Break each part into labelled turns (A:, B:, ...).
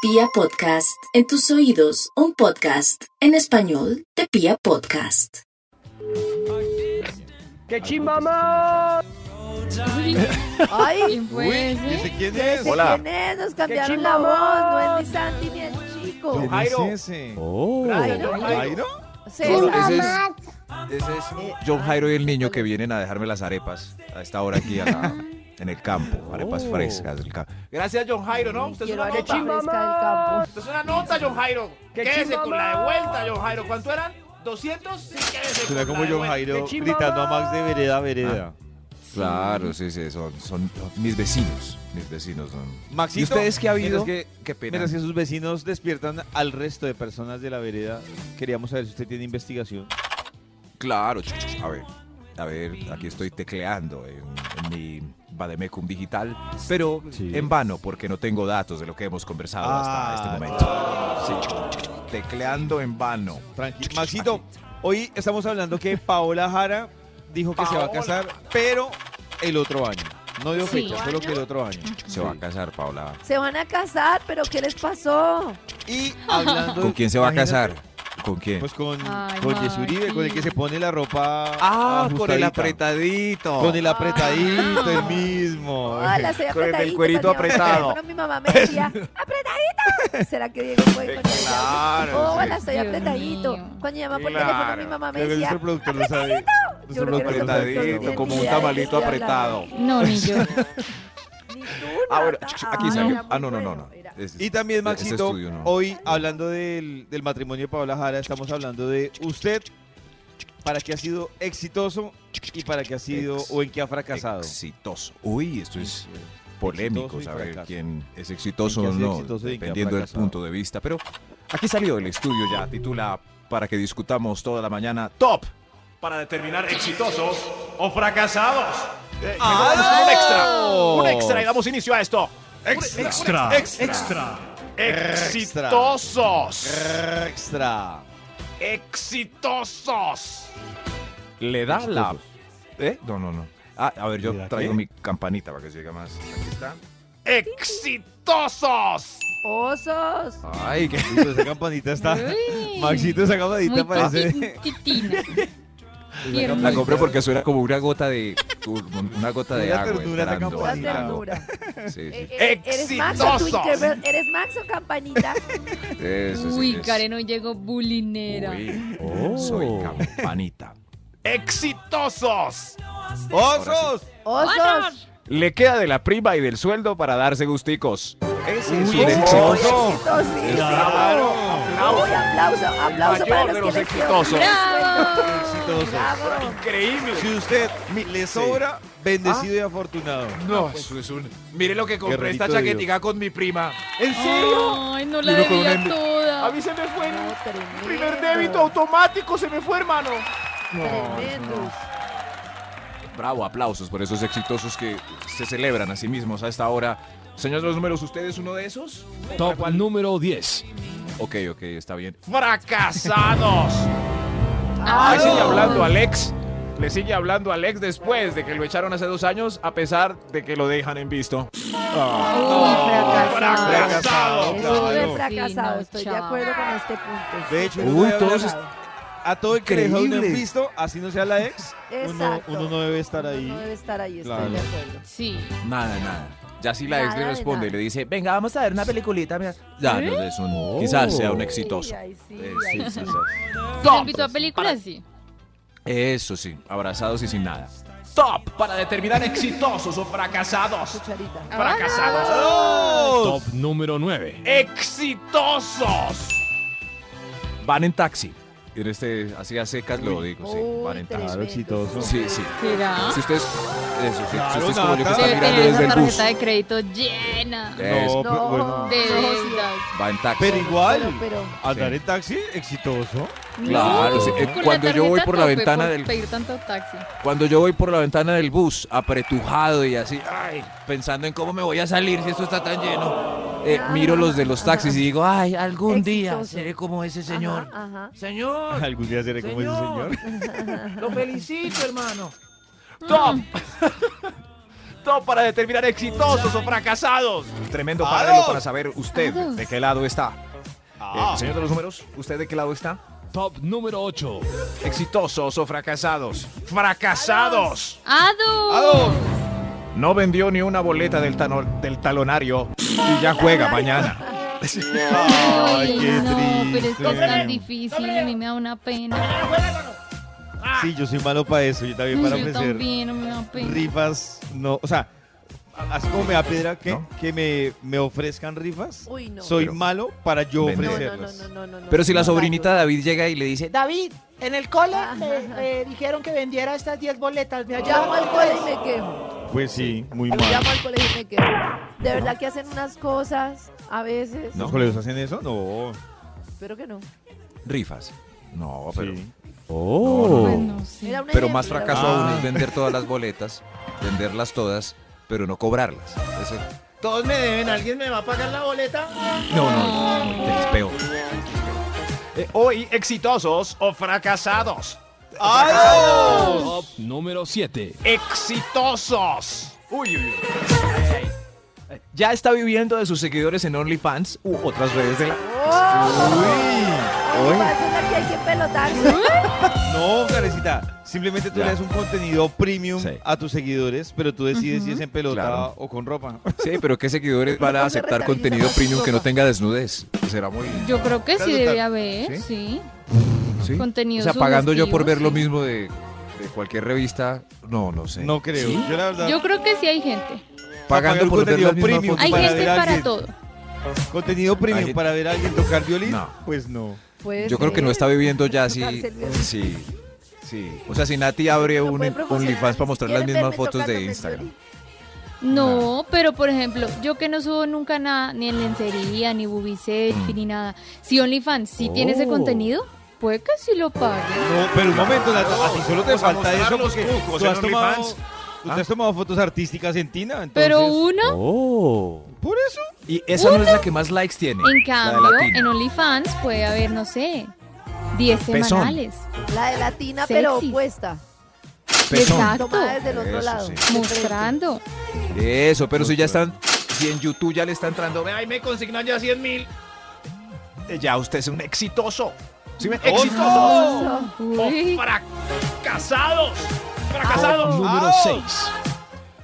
A: Pia Podcast, en tus oídos, un podcast en español de Pia Podcast.
B: ¡Qué chimbama!
C: Ay,
D: ¿Quién fue ese?
E: ¿Ese quién
C: ya
E: es?
C: sé quién es, nos cambiaron
B: ¡Qué
C: la
B: chimba!
C: voz, no es ni Santi ni el chico.
E: ¿Quién
B: Jairo.
E: es ese?
C: Jairo.
E: Oh. ¿Jairo?
C: César.
E: No, ese es, ese es John Jairo y el niño que vienen a dejarme las arepas a esta hora aquí a la- en el campo. Arepas frescas del campo. Gracias, John Jairo,
B: Mm,
E: ¿no? Usted es
C: Quiero
E: una
C: arepa
E: nota.
B: chimba.
C: fresca del campo.
E: Usted es una nota, John Jairo.
B: ¡Qué
E: Quédese
B: chimba,
E: con la de
B: mamá!
E: vuelta, John Jairo. ¿Cuánto eran? ¿200? Sí, quédese
F: Suena
E: con
F: como
E: la de
F: John
E: vuelta.
F: Jairo
B: ¡Qué chimba,
F: gritando a
B: mamá!
F: Max de vereda a vereda.
E: Claro, sí, sí, son, son mis vecinos. Mis vecinos son.
F: Maxito,
E: ¿Y ustedes qué ha habido?
F: mientras que-
E: qué pena.
F: Mientras que sus vecinos despiertan al resto de personas de la vereda, queríamos saber si usted tiene investigación.
E: Claro, ch- ch- a ver, a ver, aquí estoy tecleando en, en mi Bademecum digital, pero
F: Sí.
E: en vano porque no tengo datos de lo que hemos conversado hasta
F: Ah,
E: este momento. Sí, ch- ch- ch- tecleando en vano.
F: Tranquilo. Maxito, hoy estamos hablando que Paola Jara dijo que se va a casar, pero el otro año. No dio
D: Sí.
F: fecha, solo que el otro año.
E: Se va a casar, Paola.
C: Se van a casar, pero ¿qué les pasó?
F: Y hablando.
E: ¿Con quién se va a
F: imagínate,
E: casar? ¿Con quién?
F: Pues con,
D: Ay,
F: con Jesse Uribe, con el que se pone la ropa. ajustadita.
E: Ah, apretadito.
F: Con el apretadito, el mismo.
C: Ah. Hola,
E: Con el
C: soy
E: del
C: apretadito.
E: cuerito
C: cuando íbamos al
E: apretado.
C: teléfono, mi mamá me decía, ¡apretadito! ¿Será que Diego fue con el
E: Claro,
C: Hola, soy
D: Dios
C: apretadito.
D: mío.
C: Cuando llamaba por
E: Claro.
C: teléfono, mi mamá me
F: Creo que
C: decía,
F: nuestro productor no sabe.
C: Yo
F: Nuestro
C: creo que
F: productor no sabe.
C: nosotros
E: apretadito,
C: no
E: como un
C: tienen
E: tamalito
C: idea de qué hablamos.
E: apretado.
D: No, ni yo.
C: ni tú,
E: Ah, bueno,
C: nada".
E: aquí
C: Ay,
E: salió.
C: era muy
E: Ah, no, no, no.
C: bueno,
E: no.
C: era-
E: Es-
F: Y también,
E: ese
F: Maxito,
E: estudio no.
F: hoy hablando del, del matrimonio de Paola Jara, estamos hablando de usted, para qué ha sido exitoso y para qué ha sido
E: Ex-
F: o en qué ha fracasado.
E: Exitoso. Uy, esto es
F: Exitoso
E: polémico
F: y
E: saber
F: fracaso.
E: quién es exitoso
F: ¿En qué
E: o
F: ha sido
E: no,
F: exitoso y en qué ha
E: dependiendo del
F: fracasado?
E: punto de vista. Pero aquí salió el estudio ya, titula para que discutamos toda la mañana Top
G: para determinar exitosos o fracasados. Eh,
F: ¡Ah!
G: mejor hagamos
F: Oh.
G: un extra. Un extra y
F: ¡Vamos!
G: damos inicio a esto. Extra. Extra. Extra. Exitosos.
F: Extra.
G: Exitosos.
E: le da la...
F: Exitosos.
E: ¿Eh? No, no, no. Ah, a ver,
F: ¿Le
E: yo
F: da
E: traigo
F: qué?
E: mi campanita para que se diga más. Aquí está.
G: Exitosos.
C: ¡Osos!
E: Ay, qué...
F: Uy, esa campanita está.
D: Uy.
F: Maxito, esa campanita
D: Muy
F: parece.
D: titina. Tierno.
E: La compré porque suena como una gota de... Una gota de
F: Pura
E: agua.
F: ternura esa
E: entrando
C: Pura
E: en la
C: ternura.
E: gota. Sí,
C: Eh,
E: sí.
C: eh, ¿Eres Max o
G: ¡Exitosos!
C: Twitter? ¿Eres Max o Campanita?
F: Eh,
E: Eso sí
D: Uy,
E: es.
D: Karen hoy llegó bulinera.
E: Uy,
F: Oh.
E: soy campanita.
G: Exitosos.
F: ¡Osos!
C: ¡Osos!
E: Le queda de la prima y del sueldo para darse gusticos. Ese
F: Uy,
E: es un
F: exitoso.
E: exitoso.
C: ¡Exitosísimo!
G: Claro.
C: Uy, aplauso, aplauso
G: El
C: para
G: mayor
C: los
G: de
C: que
G: los
C: les quedó
G: exitosos.
C: bien el sueldo.
F: Exitosos.
C: ¡Bravo!
G: Increíble.
F: Si usted le sobra, bendecido y afortunado.
E: No, eso es un. Mire lo que compré
F: Guerrerito
E: esta
F: de Dios.
E: chaquetica con mi prima.
G: ¿En
D: Ay, no la
E: Uno con
D: debía
E: una-
D: toda.
G: A mí se me fue en
C: No, tremendo.
G: primer débito automático. Se me fue, hermano.
C: Tremendos.
E: Bravo, aplausos por esos exitosos que se celebran a sí mismos a esta hora. Señor de los números, ¿usted es uno de esos?
H: Top número 10.
E: Ok, ok, está bien.
G: Fracasados.
E: Ahí sigue
D: no.
E: hablando Alex. Le sigue hablando Alex después de que lo echaron hace dos años, a pesar de que lo dejan en visto.
D: Uy, fracasado.
G: Fracasado.
C: Eso
F: Claro.
C: es
F: Sí, no,
C: fracasado, estoy de
D: chao.
C: acuerdo con este punto.
F: De hecho,
E: Uy,
F: no
E: todos
F: hablan a todo el que le deja uno en visto, así no sea la ex, uno,
C: Exacto.
F: uno no debe estar ahí.
C: No debe estar ahí, estoy
F: Claro.
C: de acuerdo.
D: Sí.
E: Nada, nada. Ya si la ex le
C: Nada de
E: responde y
C: nada.
E: le dice, venga, vamos a ver una peliculita. mira". Ya, no es un-
F: Oh.
E: quizás sea un exitoso.
C: Sí, ay, sí,
E: Eh,
C: ay,
E: sí,
C: sí.
E: sí, sí.
D: ¿Te
G: Top.
D: invitó a películas? Sí.
E: Eso sí, abrazados y sin nada.
G: Top para determinar exitosos o fracasados.
C: Cucharita.
G: Fracasados.
H: Top número 9.
G: Exitosos.
E: Van en taxi. En este, así a secas lo digo, sí.
C: Uy,
E: Van en taxi.
C: tremendo.
F: exitoso.
E: Sí, sí.
D: ¿Será?
E: Si ustedes. Eso sí.
F: Claro,
E: si ustedes como yo que
F: Nata.
E: están
D: Debe
E: mirando
D: tener
E: desde
D: esa
E: el bus.
D: tarjeta de crédito llena
E: Eso,
F: No, pero, bueno.
C: No.
D: de deudas.
E: Va en taxi.
F: pero igual,
C: Pero, pero-
F: andar
E: Sí.
F: en taxi, exitoso.
E: Claro, sí. Eh,
D: Con la
E: Cuando yo voy
D: tarjeta
E: por la
D: tope
E: ventana
D: por
E: del.
D: pedir tanto taxi.
E: Cuando yo voy por la ventana del bus, apretujado y así, ay, pensando en cómo me voy a salir si esto está tan lleno, eh, miro los de los taxis y digo, ay, algún día
C: Exitoso.
E: seré como ese
C: Ajá,
E: señor.
C: ajá.
G: Señor,
F: Algún día seré como ese señor.
G: lo felicito, hermano.
D: Top.
G: top para determinar exitosos o fracasados.
E: Tremendo
F: ¡Ados!
E: paralelo para saber usted
D: ¡Ados!
E: de qué lado está.
G: Ah.
E: Eh, señor de los números, ¿usted de qué lado está?
H: Top número 8.
E: ¿Exitosos o fracasados?
G: Fracasados.
D: ¡Adu!
E: No vendió ni una boleta del, tano- del talonario y ya juega mañana.
D: Ay,
F: Ay, qué
D: no, pero es que es
F: triste.
D: tan difícil, a mí me da una pena.
C: Ah.
F: Sí, yo soy malo para eso. Yo también para
D: Yo
F: ofrecer
D: también me da
C: pues.
D: pena.
F: rifas, no. O sea, a- así como me da piedra que,
E: ¿No?
F: que me, me ofrezcan rifas,
C: Uy, no.
F: soy
E: Pero-
F: malo para yo
E: Vender.
C: no, no, no,
F: ofrecerlas.
C: no, no, no, no.
E: Pero si la
C: No,
E: sobrinita de David llega y le dice,
I: David, en el cole me eh, dijeron que vendiera estas 10 boletas. Me
C: David.
I: allá
C: Llamo al colegio y me quejo.
F: Pues sí, muy
C: Yo
F: mal.
C: llamo al colegio y me quejo. De verdad que hacen unas cosas a veces.
E: No.
F: ¿Los colegios hacen eso? No.
C: Pero que no.
E: rifas. No, pero...
F: Sí.
E: Oh.
D: Ay, Pues no sé.
C: Era un
E: Pero más
C: ejemplo,
E: fracaso
C: era un-
E: aún es vender todas las boletas, venderlas todas, pero no cobrarlas. Ese-
I: Todos me deben, alguien me va a pagar la boleta.
E: No, no, no, es peor.
G: Eh, hoy exitosos o fracasados.
H: Top número 7.
G: Exitosos. Uy, uy, uy.
E: Ya está viviendo de sus seguidores en OnlyFans u otras redes de la...
C: Ah. Oye, parece una que hay que pelotarse.
F: No, Carecita. Simplemente tú
E: Ya.
F: le das un contenido premium
E: Sí.
F: a tus seguidores, pero tú decides si es en pelota
E: Claro.
F: o con ropa.
E: Sí, pero ¿qué seguidores van a
C: No se
E: aceptar
C: rentabiliza
E: contenido
C: con
E: premium que no
C: ropa.
E: tenga desnudez? Será muy...
D: Yo creo que sí
F: Claro,
D: debe
F: tal-
D: haber,
E: ¿sí?
D: sí.
E: ¿sí?
D: Contenido
E: O sea, pagando yo
D: sugestivo,
E: por ver lo
D: sí.
E: mismo de, de cualquier revista, no, no sé.
F: No creo.
E: ¿Sí?
F: Yo la verdad.
D: Yo creo que sí hay gente.
E: Pagando
F: Pagar
E: por ver
F: contenido
E: la misma
F: premium.
E: foto.
D: Hay
F: Para
D: gente
F: ver a
D: para
F: alguien.
D: todo.
F: Contenido premium
E: Ay,
F: para ver a alguien tocar violín.
E: No.
F: Pues no.
C: Puede
E: Yo creo que
C: ser.
E: no está viviendo ya así.
C: Tocarse el dedo.
E: Sí. Sí. O sea, si Nati abre
C: No
E: un
C: puede promocionar.
E: OnlyFans para mostrar las
C: ¿Quieren
E: mismas
C: verme
E: fotos
C: tocándome
E: de
C: el
E: Instagram.
C: violín?
D: No, pero por ejemplo, yo que no subo nunca nada, ni en lencería, ni boobie selfie,
E: Mm.
D: ni nada. Si OnlyFans sí tiene
E: Oh.
D: ese contenido, puede que sí lo pague.
F: No, pero un momento, Nata, a ti solo te
G: Vamos a
F: falta
G: mostrar
F: eso
G: los
F: porque
G: cucos
F: tú
G: en
F: has tomado,
G: OnlyFans.
F: tú te has tomado fotos artísticas en Tina, entonces.
D: Pero
E: oh,
D: una,
F: Por eso.
E: Y esa no es la que más likes tiene.
D: en cambio,
E: la de Latina.
D: en OnlyFans puede haber, no sé, 10
E: Pezón.
D: semanales.
C: La de latina, pero
D: Sexy.
C: opuesta.
E: Pezón.
D: Exacto.
C: Tomada desde el otro
E: Eso
C: lado.
E: sí.
D: Mostrando.
E: Eso, pero si ya están. Si en YouTube ya le está entrando.
G: Ay, me consignan ya 100 mil.
E: "Ve, Ya usted es un exitoso. ¿Sí me-
G: Exitosos
I: Oh,
D: Uy,
G: o fracasados.
H: Top
G: Fracasados.
H: número
I: Oh.
H: 6.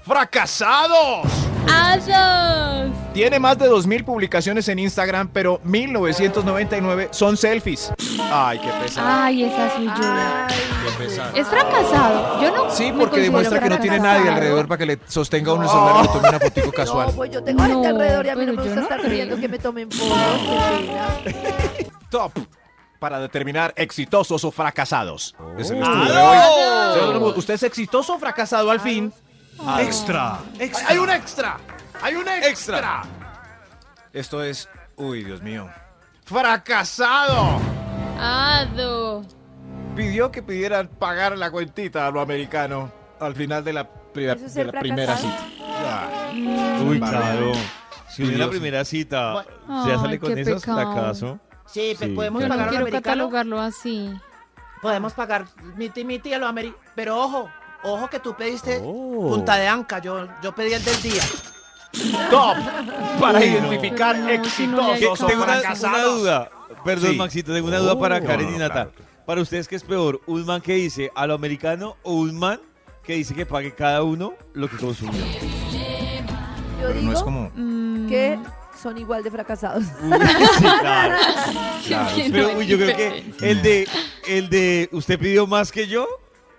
G: Fracasados.
D: ¡Asos!
E: Tiene más de 2.000 publicaciones en Instagram, pero 1.999 son selfies. Ay, qué pesado.
D: Ay, esa soy yo.
C: Ay,
D: Es fracasado. Yo no.
E: Sí,
D: me
E: porque
D: considero
E: demuestra que no tiene nadie
D: fracasada.
E: alrededor para que le sostenga uno el celular y le tome una fotico
C: No,
E: casual.
C: pues yo tengo gente
D: No,
C: alrededor y a mí no
D: pero
C: me
D: yo
C: gusta
D: no
C: estar
D: creo.
C: pidiendo que me tomen fotos. qué pena.
G: Top para determinar exitosos o fracasados.
E: Es el estudio de hoy.
G: ¡Ados! ¿Usted es exitoso o fracasado al fin? Extra. Hay un extra. Hay un extra.
E: Esto es. Uy, Dios mío.
G: Fracasado.
D: Ado.
E: Pidió que pidieran pagar la cuentita a lo americano al final de la, pri-
C: ¿Eso es
E: de
C: ser
E: la primera
C: fracasado?
E: cita.
F: Uy,
E: Bárbaro.
F: claro. Si en la primera cita se
D: Ay,
F: sale con
D: qué
F: esas,
D: pecado.
F: fracaso.
I: Sí, pe-
F: Sí,
I: podemos
D: Yo no
I: pagar a
D: quiero
I: lo americano.
D: catalogarlo así.
I: Podemos pagar miti miti a lo americano. Pero ojo, ojo que tú pediste
G: Oh.
F: Oh.
I: punta de anca. Yo, yo pedí el del día.
G: Top para
F: Uy, no.
G: identificar
D: Pero no, si no le
G: exitosos
D: hay
G: o
F: Que tengo una, una
G: fracasados.
F: duda. Perdón,
G: Sí.
F: Maxito, tengo una duda para Karen
E: No,
F: y
E: no,
F: Nata.
E: Oh, claro.
F: Para ustedes, ¿qué es peor? ¿Un man que dice a lo americano o un man que dice que pague cada uno lo que consumió?
C: Yo
E: Pero
C: digo
E: no es como.
D: Mm,
C: que son igual de fracasados.
F: Sí, claro.
D: sí, sí, no
F: Pero
D: hay
F: uy, yo creo que
D: diferencia.
F: el de, el de usted pidió más que yo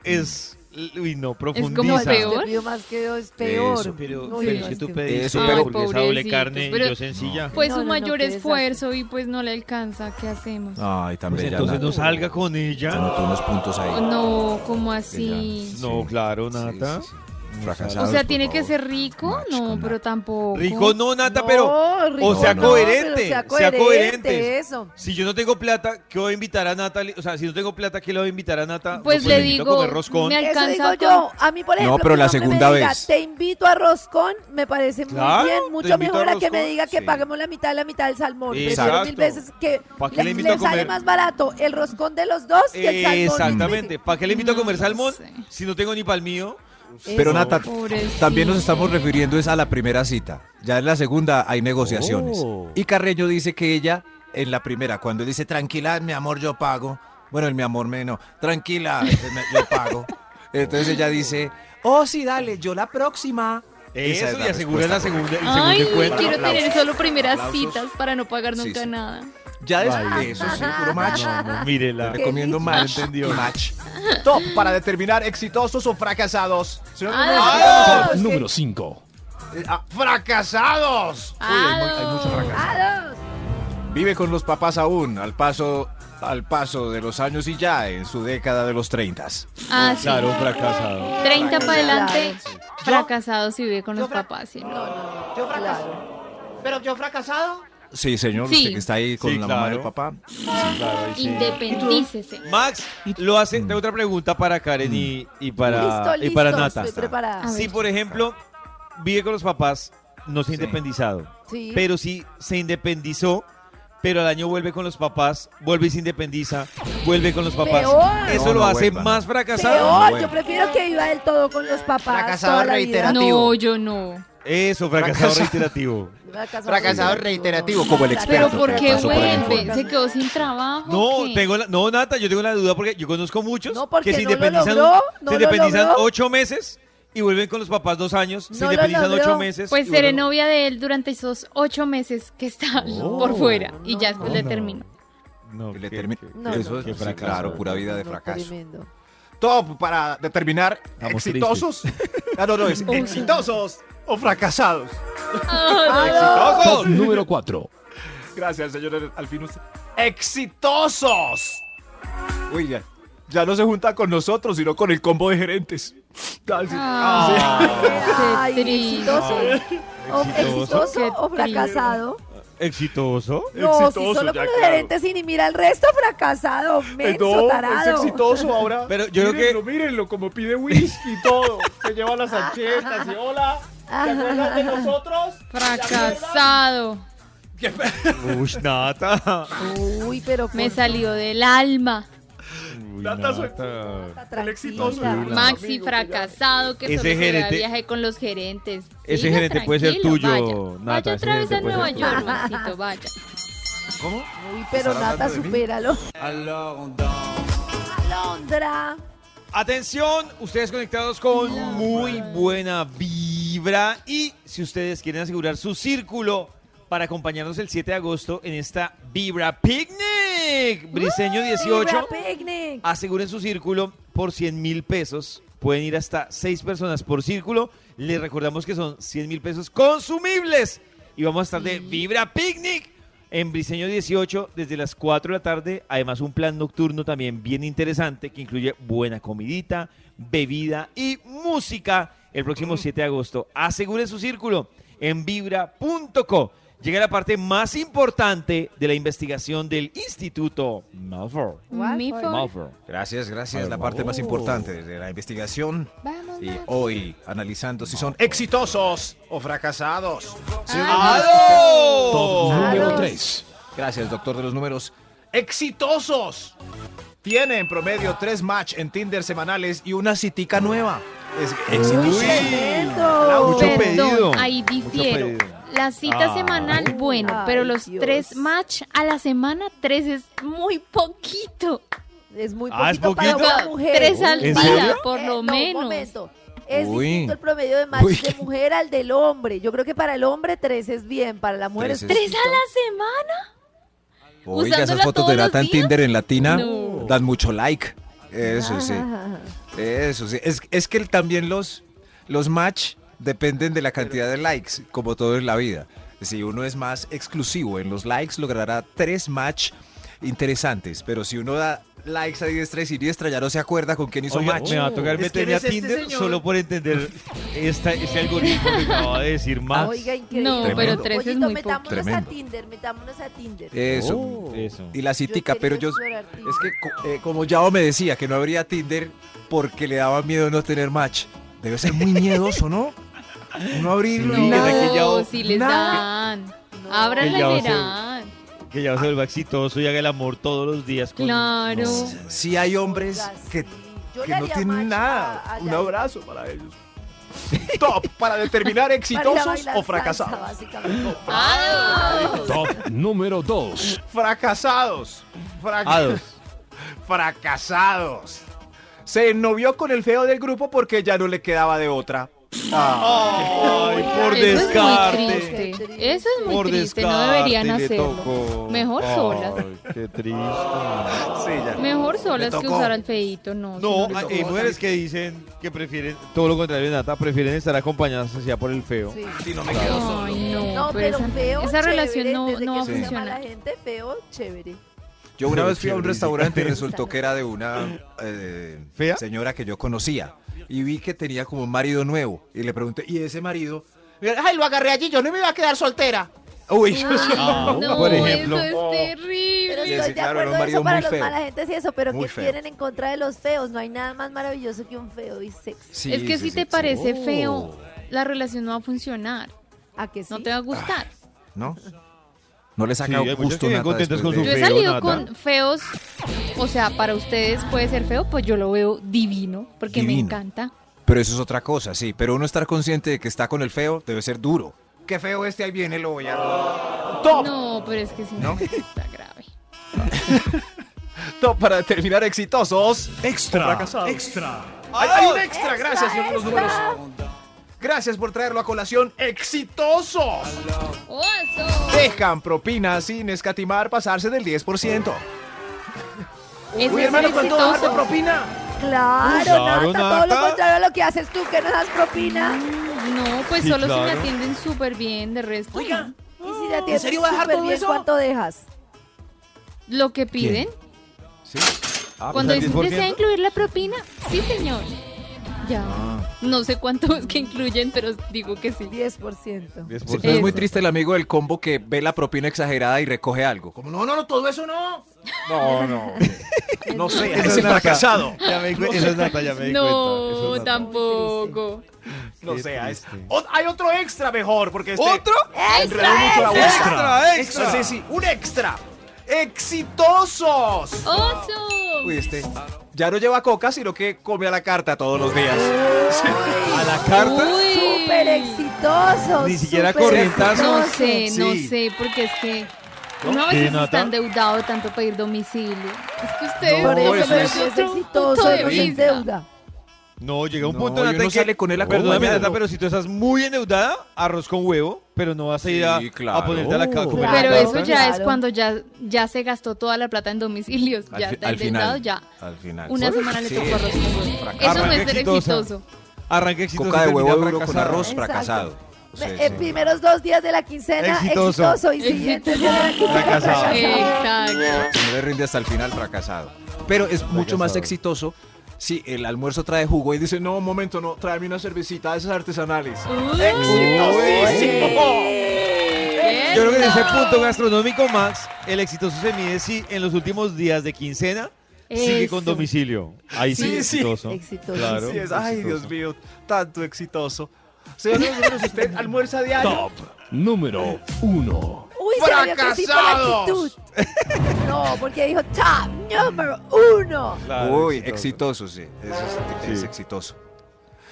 F: es. Uy, no, profundiza.
D: como peor.
C: Te pido más que dos, peor.
E: Eso,
F: Pero,
C: No, yo
F: pero es que
C: no
F: tú
C: estoy-
F: pediste
E: Eso,
F: una
E: pero-
F: hamburguesa doble
D: Ay,
F: carne
D: pobrecitos,
F: yo sencilla.
D: Fue
C: No,
D: su
C: no, no,
D: mayor
C: qué
D: esfuerzo y pues no le alcanza. ¿Qué hacemos?
E: Ay,
F: Pues
E: también.
F: entonces no salga con ella.
E: Anotó unos puntos ahí.
D: Oh, No, como así?
E: Sí.
F: No, claro,
E: Sí,
F: Nata.
E: sí, sí.
F: No
E: Fracasado.
D: O
E: Sabes,
D: sea,
E: por
D: ¿tiene que
E: favor.
D: ser rico?
E: Match
D: No,
E: con
D: pero
E: nata.
D: tampoco.
F: Rico no, Nata,
C: No,
F: pero
C: rico
E: sea
C: no, pero
F: coherente, sea coherente.
C: Eso.
F: si yo no tengo plata, ¿qué voy a invitar a Nata? O sea, si no tengo plata, ¿qué le voy a invitar a Nata?
D: Pues
F: No,
D: le
F: invito a
D: digo,
F: comer roscón.
D: me
C: Eso
D: alcanza
C: digo
D: con-
C: yo. A mí, por ejemplo,
E: pero
C: que un
E: la
C: hombre me
E: segunda
C: diga,
E: vez.
C: Te invito a roscón, me parece muy
F: Claro,
C: bien,
F: te
C: mucho
F: invito a
C: mejor a, que me
F: roscón,
C: diga que
F: sí.
C: paguemos la mitad de la mitad del salmón. Prefiero
F: Exacto.
C: mil veces que
F: ¿Pa' qué
C: le,
F: le invito a
C: le sale
F: comer?
C: más barato el roscón de los dos que el salmón.
F: Exactamente. ¿Para qué le invito a
D: No
F: comer salmón
D: sé.
F: si no tengo ni para el mío?
E: Pero Nata,
D: Pobrecito.
E: también nos estamos refiriendo es a la primera cita. Ya en la segunda hay negociaciones. Y Carreño dice que ella en la primera, cuando él dice tranquila, mi amor, yo pago. Bueno, el mi amor me no, tranquila, eh, me- yo pago. Entonces ella dice, oh sí, dale, yo la próxima. Esa es
F: Eso
E: la
F: y asegura la
E: respuesta
F: segunda, el segundo
D: Ay,
F: encuentro.
D: quiero
F: Aplausos.
D: tener solo primeras
E: Aplausos.
D: citas para no pagar
E: Sí,
D: nunca
E: sí.
D: nada.
E: Ya después de eso, sí, puro match.
F: No, mírela.
E: Te recomiendo match y
F: Entendió.
E: match.
G: Top para determinar exitosos o fracasados. Señor
D: Ah,
G: número-
D: ah,
H: Top número 5.
G: Eh, ah, ¡Fracasados!
C: ¡Ados!
E: Vive con los papás aún, al paso, al paso de los años y ya en su década de los 30.
D: Ah, sí.
F: Claro, fracasado.
D: 30 para adelante,
I: Yo-
D: fracasado si vive con
I: yo
D: los
I: fra-
D: papás. sí,
I: No,
D: no.
I: no, yo fracasado. Pero yo fracasado.
E: Sí, señor,
D: Sí.
E: usted que está ahí con
F: Sí,
E: la mamá y el
F: claro.
E: papá.
D: Independícese.
F: Max lo hace. Tengo otra pregunta para Karen y, y para,
C: Listo,
F: y para
C: listo.
F: Nata.
C: Estoy preparada.
D: A ver.
F: Si, por ejemplo, vive con los papás, no se
E: Sí.
F: ha independizado.
C: Sí.
F: Pero sí se independizó, pero al año vuelve con los papás, vuelve y se independiza, vuelve con los papás.
C: Peor.
F: ¿Eso
E: No,
F: lo
E: no
F: hace
E: vuelva, no.
F: más fracasado?
C: Peor,
E: Bueno.
C: yo prefiero que viva del todo con los papás.
I: Fracasado
C: toda la vida.
I: reiterativo.
D: No, yo no.
F: Eso, fracasado
E: Fracasado.
F: reiterativo.
C: Fracasado,
I: Fracasado reiterativo,
E: como el
D: Pero
E: experto
D: ¿por
E: que
D: qué
E: pasó por el
D: vuelve?
E: informe.
D: ¿Se quedó sin trabajo? o
F: No,
D: qué?
F: tengo la- no, Nata, yo tengo la duda porque yo conozco muchos
C: No, porque
F: que se
C: no lo
F: independizan,
C: logró, no
F: se
C: lo
F: independizan
C: logró.
F: ocho meses y vuelven con los papás dos años, se
C: No lo
F: independizan
C: logró.
F: ocho meses.
D: Pues
F: y
D: seré
F: vuelven-
D: novia de él durante esos ocho meses que está por fuera y ya después le termino.
F: No,
E: Le
F: qué-
E: termina-
F: qué-
C: no,
E: Eso
C: no,
E: es
F: qué
E: sí,
F: fracaso.
E: claro, pura vida de
C: No,
E: fracaso.
C: tremendo.
G: Top para determinar
F: Estamos
G: exitosos. Ah, no, no, es
D: sí.
G: exitosos o fracasados.
D: Ah,
H: Top
F: ¡Exitosos!
H: número 4.
G: Gracias, señor Alfinus. ¡Exitosos! Uy, ya, ya no se junta con nosotros, sino con el combo de gerentes. Gracias.
D: Ah, Ay, qué
C: Ay,
D: triste.
C: exitoso. O
F: Exitoso.
C: exitoso o
D: Qué
C: fracasado.
F: ¿Exitoso?
C: No, si solo
G: Exitoso, ya,
C: con los
G: claro.
C: gerentes y ni mira el resto, fracasado,
G: Eh,
C: menso,
G: es
C: tarado.
G: exitoso ahora.
F: Pero yo creo que-
G: Mírenlo, mírenlo, como pide whisky y todo. Se lleva las anchetas y hola. ¿Te acuerdas de nosotros?
D: Fracasado.
F: Ush, Nata.
C: Uy, pero
D: Me
C: por-
D: salió del alma.
F: Uy,
G: Nata, soy-
F: Nata.
C: tranquila.
G: El exitoso.
D: Maxi fracasado que
F: Ese
D: solo se da
F: gerente-
D: viaje con los gerentes.
F: Ese
D: Siga
F: gerente puede ser
D: tranquilo,
F: tuyo,
D: Vaya,
F: Nata,
D: vaya
F: ese
D: otra vez
F: gerente
D: a
F: puede
D: Nueva
F: ser
D: York,
C: tuyo.
D: Maxito, vaya.
C: Uy, pero Nata, supéralo. Alondra.
F: Atención, ustedes conectados con muy buena vibra. Y si ustedes quieren asegurar su círculo para acompañarnos el 7 de agosto en esta Vibra Picnic, Briseño 18,
C: Libra Picnic.
F: aseguren su círculo por 100 mil pesos. Pueden ir hasta 6 personas por círculo. Les recordamos que son 100 mil pesos consumibles. Y vamos a estar de Vibra Picnic en Briseño 18 desde las 4 de la tarde. Además, un plan nocturno también bien interesante que incluye buena comidita, bebida y música el próximo 7 de agosto. Aseguren su círculo en vibra.co. Llega la parte más importante de la investigación del Instituto Malfour.
C: What?
D: Mi favor-
F: Malfour.
E: Gracias, gracias.
F: Ay,
E: La
F: no.
E: parte más importante de la investigación.
D: Vamos,
E: Y
D: Maxi.
E: hoy, analizando si son
G: Exitosos o fracasados.
H: Top
F: ¡Aló!
H: número
C: Claro.
H: 3.
E: Gracias, doctor de los números.
G: exitosos. Tiene en promedio tres match en Tinder semanales y una citica nueva. Es
C: Uy,
G: exitoso.
C: tremendo.
F: Mucho
D: Perdón,
F: pedido.
D: ahí difiero.
F: pedido.
D: La cita
F: Ah.
D: semanal, bueno,
C: Ay,
D: pero los
C: Dios.
D: tres match a la semana, tres es muy poquito.
C: Es muy poquito,
F: Ah, ¿es
C: para
F: poquito?
C: una
D: No,
C: mujer.
D: tres al
F: ¿En
D: día,
F: serio?
D: por lo
C: Eh, no,
D: menos.
C: Un momento. Es
E: Uy.
C: distinto el promedio de match
E: Uy.
C: de mujer al del hombre. Yo creo que para el hombre tres es bien, para la mujer
E: Tres
C: es
E: es-
D: ¿Tres a la semana?
E: Oiga, esas
D: Usándola
E: fotos de
D: todos los
E: Nata en
D: días.
E: Tinder en Latina
D: No.
E: dan mucho like. Eso sí.
C: Ah,
E: Eso sí. Es, es que el- también los, los match dependen de la cantidad de likes, como todo en la vida. Si uno es más exclusivo en los likes, logrará tres match interesantes. Pero si uno da likes a diestra y siniestra, ya no se acuerda con quién hizo
F: Oiga,
E: match.
F: me va a tocar
G: Es que
F: meterme a
G: eres este
F: Tinder
G: señor.
F: solo por entender esta, este algoritmo que acaba de decir Max.
C: Oiga, increíble.
D: No,
E: pero Tremendo.
D: tres es
C: Pollito,
D: muy poco.
C: metámonos a
E: Tremendo.
C: Tinder, metámonos a Tinder.
E: Eso.
F: Oh, eso.
E: Y la citica,
C: Yo
E: pero yo...
C: quería explorar Tinder.
E: Es que co- eh, como Yao me decía que no habría Tinder porque le daba miedo no tener match. Debe ser muy miedoso, ¿no? No abrirlo.
F: Sí,
E: y nada.
F: que ya-
D: No, si les dan. Ábranla
F: Que ya
D: y
F: va a ser-
D: verán.
F: Que ya se vuelva exitoso y haga el amor todos los días. Con...
D: Claro.
E: Sí hay hombres
C: Oiga,
E: que
C: sí. Yo
G: que
C: le
G: no
C: haría
G: tienen
C: match
G: nada.
C: a- a
G: Un
C: Yair
G: abrazo para ellos. Top para determinar
C: para ir a
G: exitosos
C: bailar
G: o
C: salsa,
G: fracasados.
C: básicamente.
H: Top número 2.
G: Fracasados. Frac-
E: Ah.
F: Ados.
G: Fracasados. Se ennovió con el feo del grupo porque ya no le quedaba de otra.
F: Ay, por
D: Eso es muy
F: descarte.
D: triste. Eso es muy
F: Por
D: triste. No
F: descarte
D: deberían
F: le
D: hacerlo.
F: tocó.
D: Mejor
F: Ay,
D: solas.
F: Qué triste.
G: Sí, ya.
D: Mejor
G: Le
D: solas que
G: tocó.
D: usar al feito, no.
F: No,
D: sí,
F: hay mujeres que dicen que prefieren, todo lo contrario de Nata, prefieren estar acompañadas hacia por el feo.
C: Sí.
D: Ay, no,
C: No,
D: pero
C: pero
D: esa,
C: feo,
D: esa
C: chévere,
D: relación no,
C: desde
D: no
C: que
D: va a
C: se llama la
D: funcionar.
C: gente feo, chévere.
E: Yo una
F: Pero
E: vez fui a un
F: chévere,
E: restaurante y resultó que era de una eh,
F: ¿Fea?
E: señora que yo conocía. Y vi que tenía como un marido nuevo. Y le pregunté, ¿y ese marido?
I: Ay, lo agarré allí, yo no me iba a quedar soltera.
D: Ah.
E: Uy,
D: No,
F: por ejemplo.
D: eso es
C: Pero
E: sí,
D: terrible.
C: estoy
E: sí,
C: de
E: claro, era
C: acuerdo
E: un marido
C: eso para
E: muy
C: los
E: feo.
C: mala gente y eso, pero
E: Muy
C: que
E: feo.
C: tienen en contra de los feos. No hay nada más maravilloso que un feo y sexy.
E: Sí,
D: es que
E: sí,
D: si
E: sí,
D: te
E: sí.
D: parece
F: Oh.
D: feo, la relación no va a funcionar.
C: ¿A que sí?
D: No te va a gustar.
E: ¿No? No le
F: Sí,
E: saca
F: hay
G: eh, pues
F: muchas
E: gusto
F: que
E: nada
F: contentas
E: después
F: con
D: Yo
E: de-
D: he
F: Feo,
D: salido
F: nada.
D: con feos, o sea, para ustedes puede ser feo, pues yo lo veo divino, porque me
E: Divino.
D: encanta.
E: Pero eso es otra cosa, sí. Pero uno estar consciente de que está con el feo debe ser duro. Qué feo este, ahí viene, lo voy a...
G: Top.
D: No, pero es que si no, está grave.
G: Top para determinar exitosos. Extra. Fracasados.
H: Extra.
G: Hay, hay un extra, gracias, señor de los
C: extra.
G: números. Gracias por traerlo a colación. ¡Exitosos!
D: ¡Oh, eso!
G: Dejan propinas sin escatimar pasarse del 10%.
D: Eso
G: Uy,
D: es
G: hermano, ¿cuánto va a dar de
D: exitoso.
G: propina?
C: Claro,
F: Claro,
C: Nata, todo
F: Nata.
C: lo contrario a lo que haces tú, que no das propina.
D: No, pues
F: Sí,
D: solo si
F: claro.
D: me atienden súper bien, de resto. no.
C: Y si te atiendes
I: serio va a dejar
C: súper
I: todo
C: bien,
I: eso?
C: ¿cuánto dejas?
D: Lo que piden.
F: Ah,
D: Cuando
F: pues, al
D: dicen, ¿desea
F: 10%.
D: incluir la propina? Sí, señor. Ya. No sé cuánto es que incluyen, pero digo que sí.
C: 10%.
F: 10%.
E: Sí, es muy triste el amigo del combo que ve la propina exagerada y recoge algo.
I: Como no, no, no, todo eso no.
E: No, no.
G: No sé,
F: Eso
G: ese
F: es nada.
G: fracasado.
F: Ya me di cuenta, eso es Nata, ya me di cuenta. eso
D: No,
F: es Nata.
D: tampoco.
G: No
F: Qué
G: sé, es-
F: triste.
G: o- hay otro extra mejor, porque este
F: ¿Otro?
G: enredó mucho la vuelta.
F: Extra, extra.
G: Sí, sí, un extra. ¡Exitosos!
D: ¡Oso!
G: Uy, este ya no lleva coca, sino que come a la carta todos los días.
F: ¿A la carta?
D: Uy.
C: Súper exitoso.
F: Ni siquiera
C: súper
F: corrientazo.
D: No
C: exitoso.
D: sé, no
G: Sí.
D: sé, porque es que uno a
F: ¿Qué,
D: veces
F: Nata?
D: está endeudado de tanto pedir domicilio. Es que ustedes
C: Por
G: No,
C: eso,
G: eso
C: pero
G: es
C: si es
D: otro
C: exitoso,
D: punto de
C: no se
D: vista.
C: endeuda.
F: No, llega un
E: No,
F: punto en
E: y
F: Nata,
E: uno
F: que-
E: sale con él
F: Perdóname,
E: acompañado.
F: Nata, pero si tú estás muy endeudada, arroz con huevo, pero no vas a ir a,
E: Sí, claro.
F: a ponerte a la ca- a comer
D: Pero
F: la
C: Claro,
D: eso
F: carta.
D: ya es
C: claro.
D: cuando ya, ya se gastó toda la plata en domicilios.
E: Al
D: ya
E: fi-
D: está
E: al
D: endeudado,
E: final.
D: ya.
E: Al final.
D: Una semana le
E: Sí,
D: tocó arroz con huevo.
E: fracaso.
D: Eso no es ser
F: Exitosa.
D: exitoso.
F: Arranque exitoso.
E: Coca de
F: termina
E: huevo duro con
F: fracasado.
E: arroz
C: Exacto.
E: fracasado. Sí,
C: Me-
D: Eh,
E: sí.
C: En Eh, primeros dos días de la quincena,
F: Exitoso.
C: exitoso. y siguiente día de la quincena,
F: Fracasado.
D: Exacto.
E: Si no le rinde hasta el final, fracasado. Pero es mucho más exitoso si el almuerzo trae jugo y dice, no, un momento, no, tráeme una cervecita de esas artesanales.
F: Yo creo que en ese punto gastronómico, Max, el exitoso se mide si en los últimos días de quincena sigue
D: Eso.
F: con domicilio. Ahí sí,
G: Sí,
F: es
G: sí.
F: exitoso.
C: Exitoso.
F: Claro.
G: Así es. Ay,
F: exitoso.
G: Dios mío, tanto exitoso. Señor de los números, usted almuerza diario.
H: Top número 1.
C: Uy, se vio que sí por la actitud.
G: ¡Fracasados!
C: No, porque dijo top número uno.
F: Claro,
E: Uy, exitoso, sí. Eso es, es
F: Sí.
E: exitoso.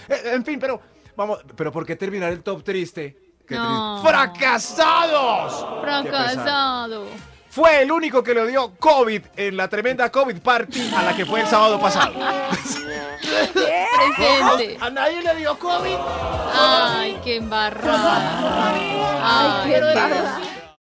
G: Eh, en fin, pero vamos, pero ¿por qué terminar el top triste?
E: Qué
D: No.
G: ¡Fracasados!
D: Fracasado.
G: Fue el único que le dio COVID en la tremenda COVID party a la que fue el sábado pasado.
C: ¿Qué?
D: Presente.
I: A nadie le dio COVID.
D: Ay, qué embarrada. Ay,
C: Ay, qué
D: qué
C: barbaridad.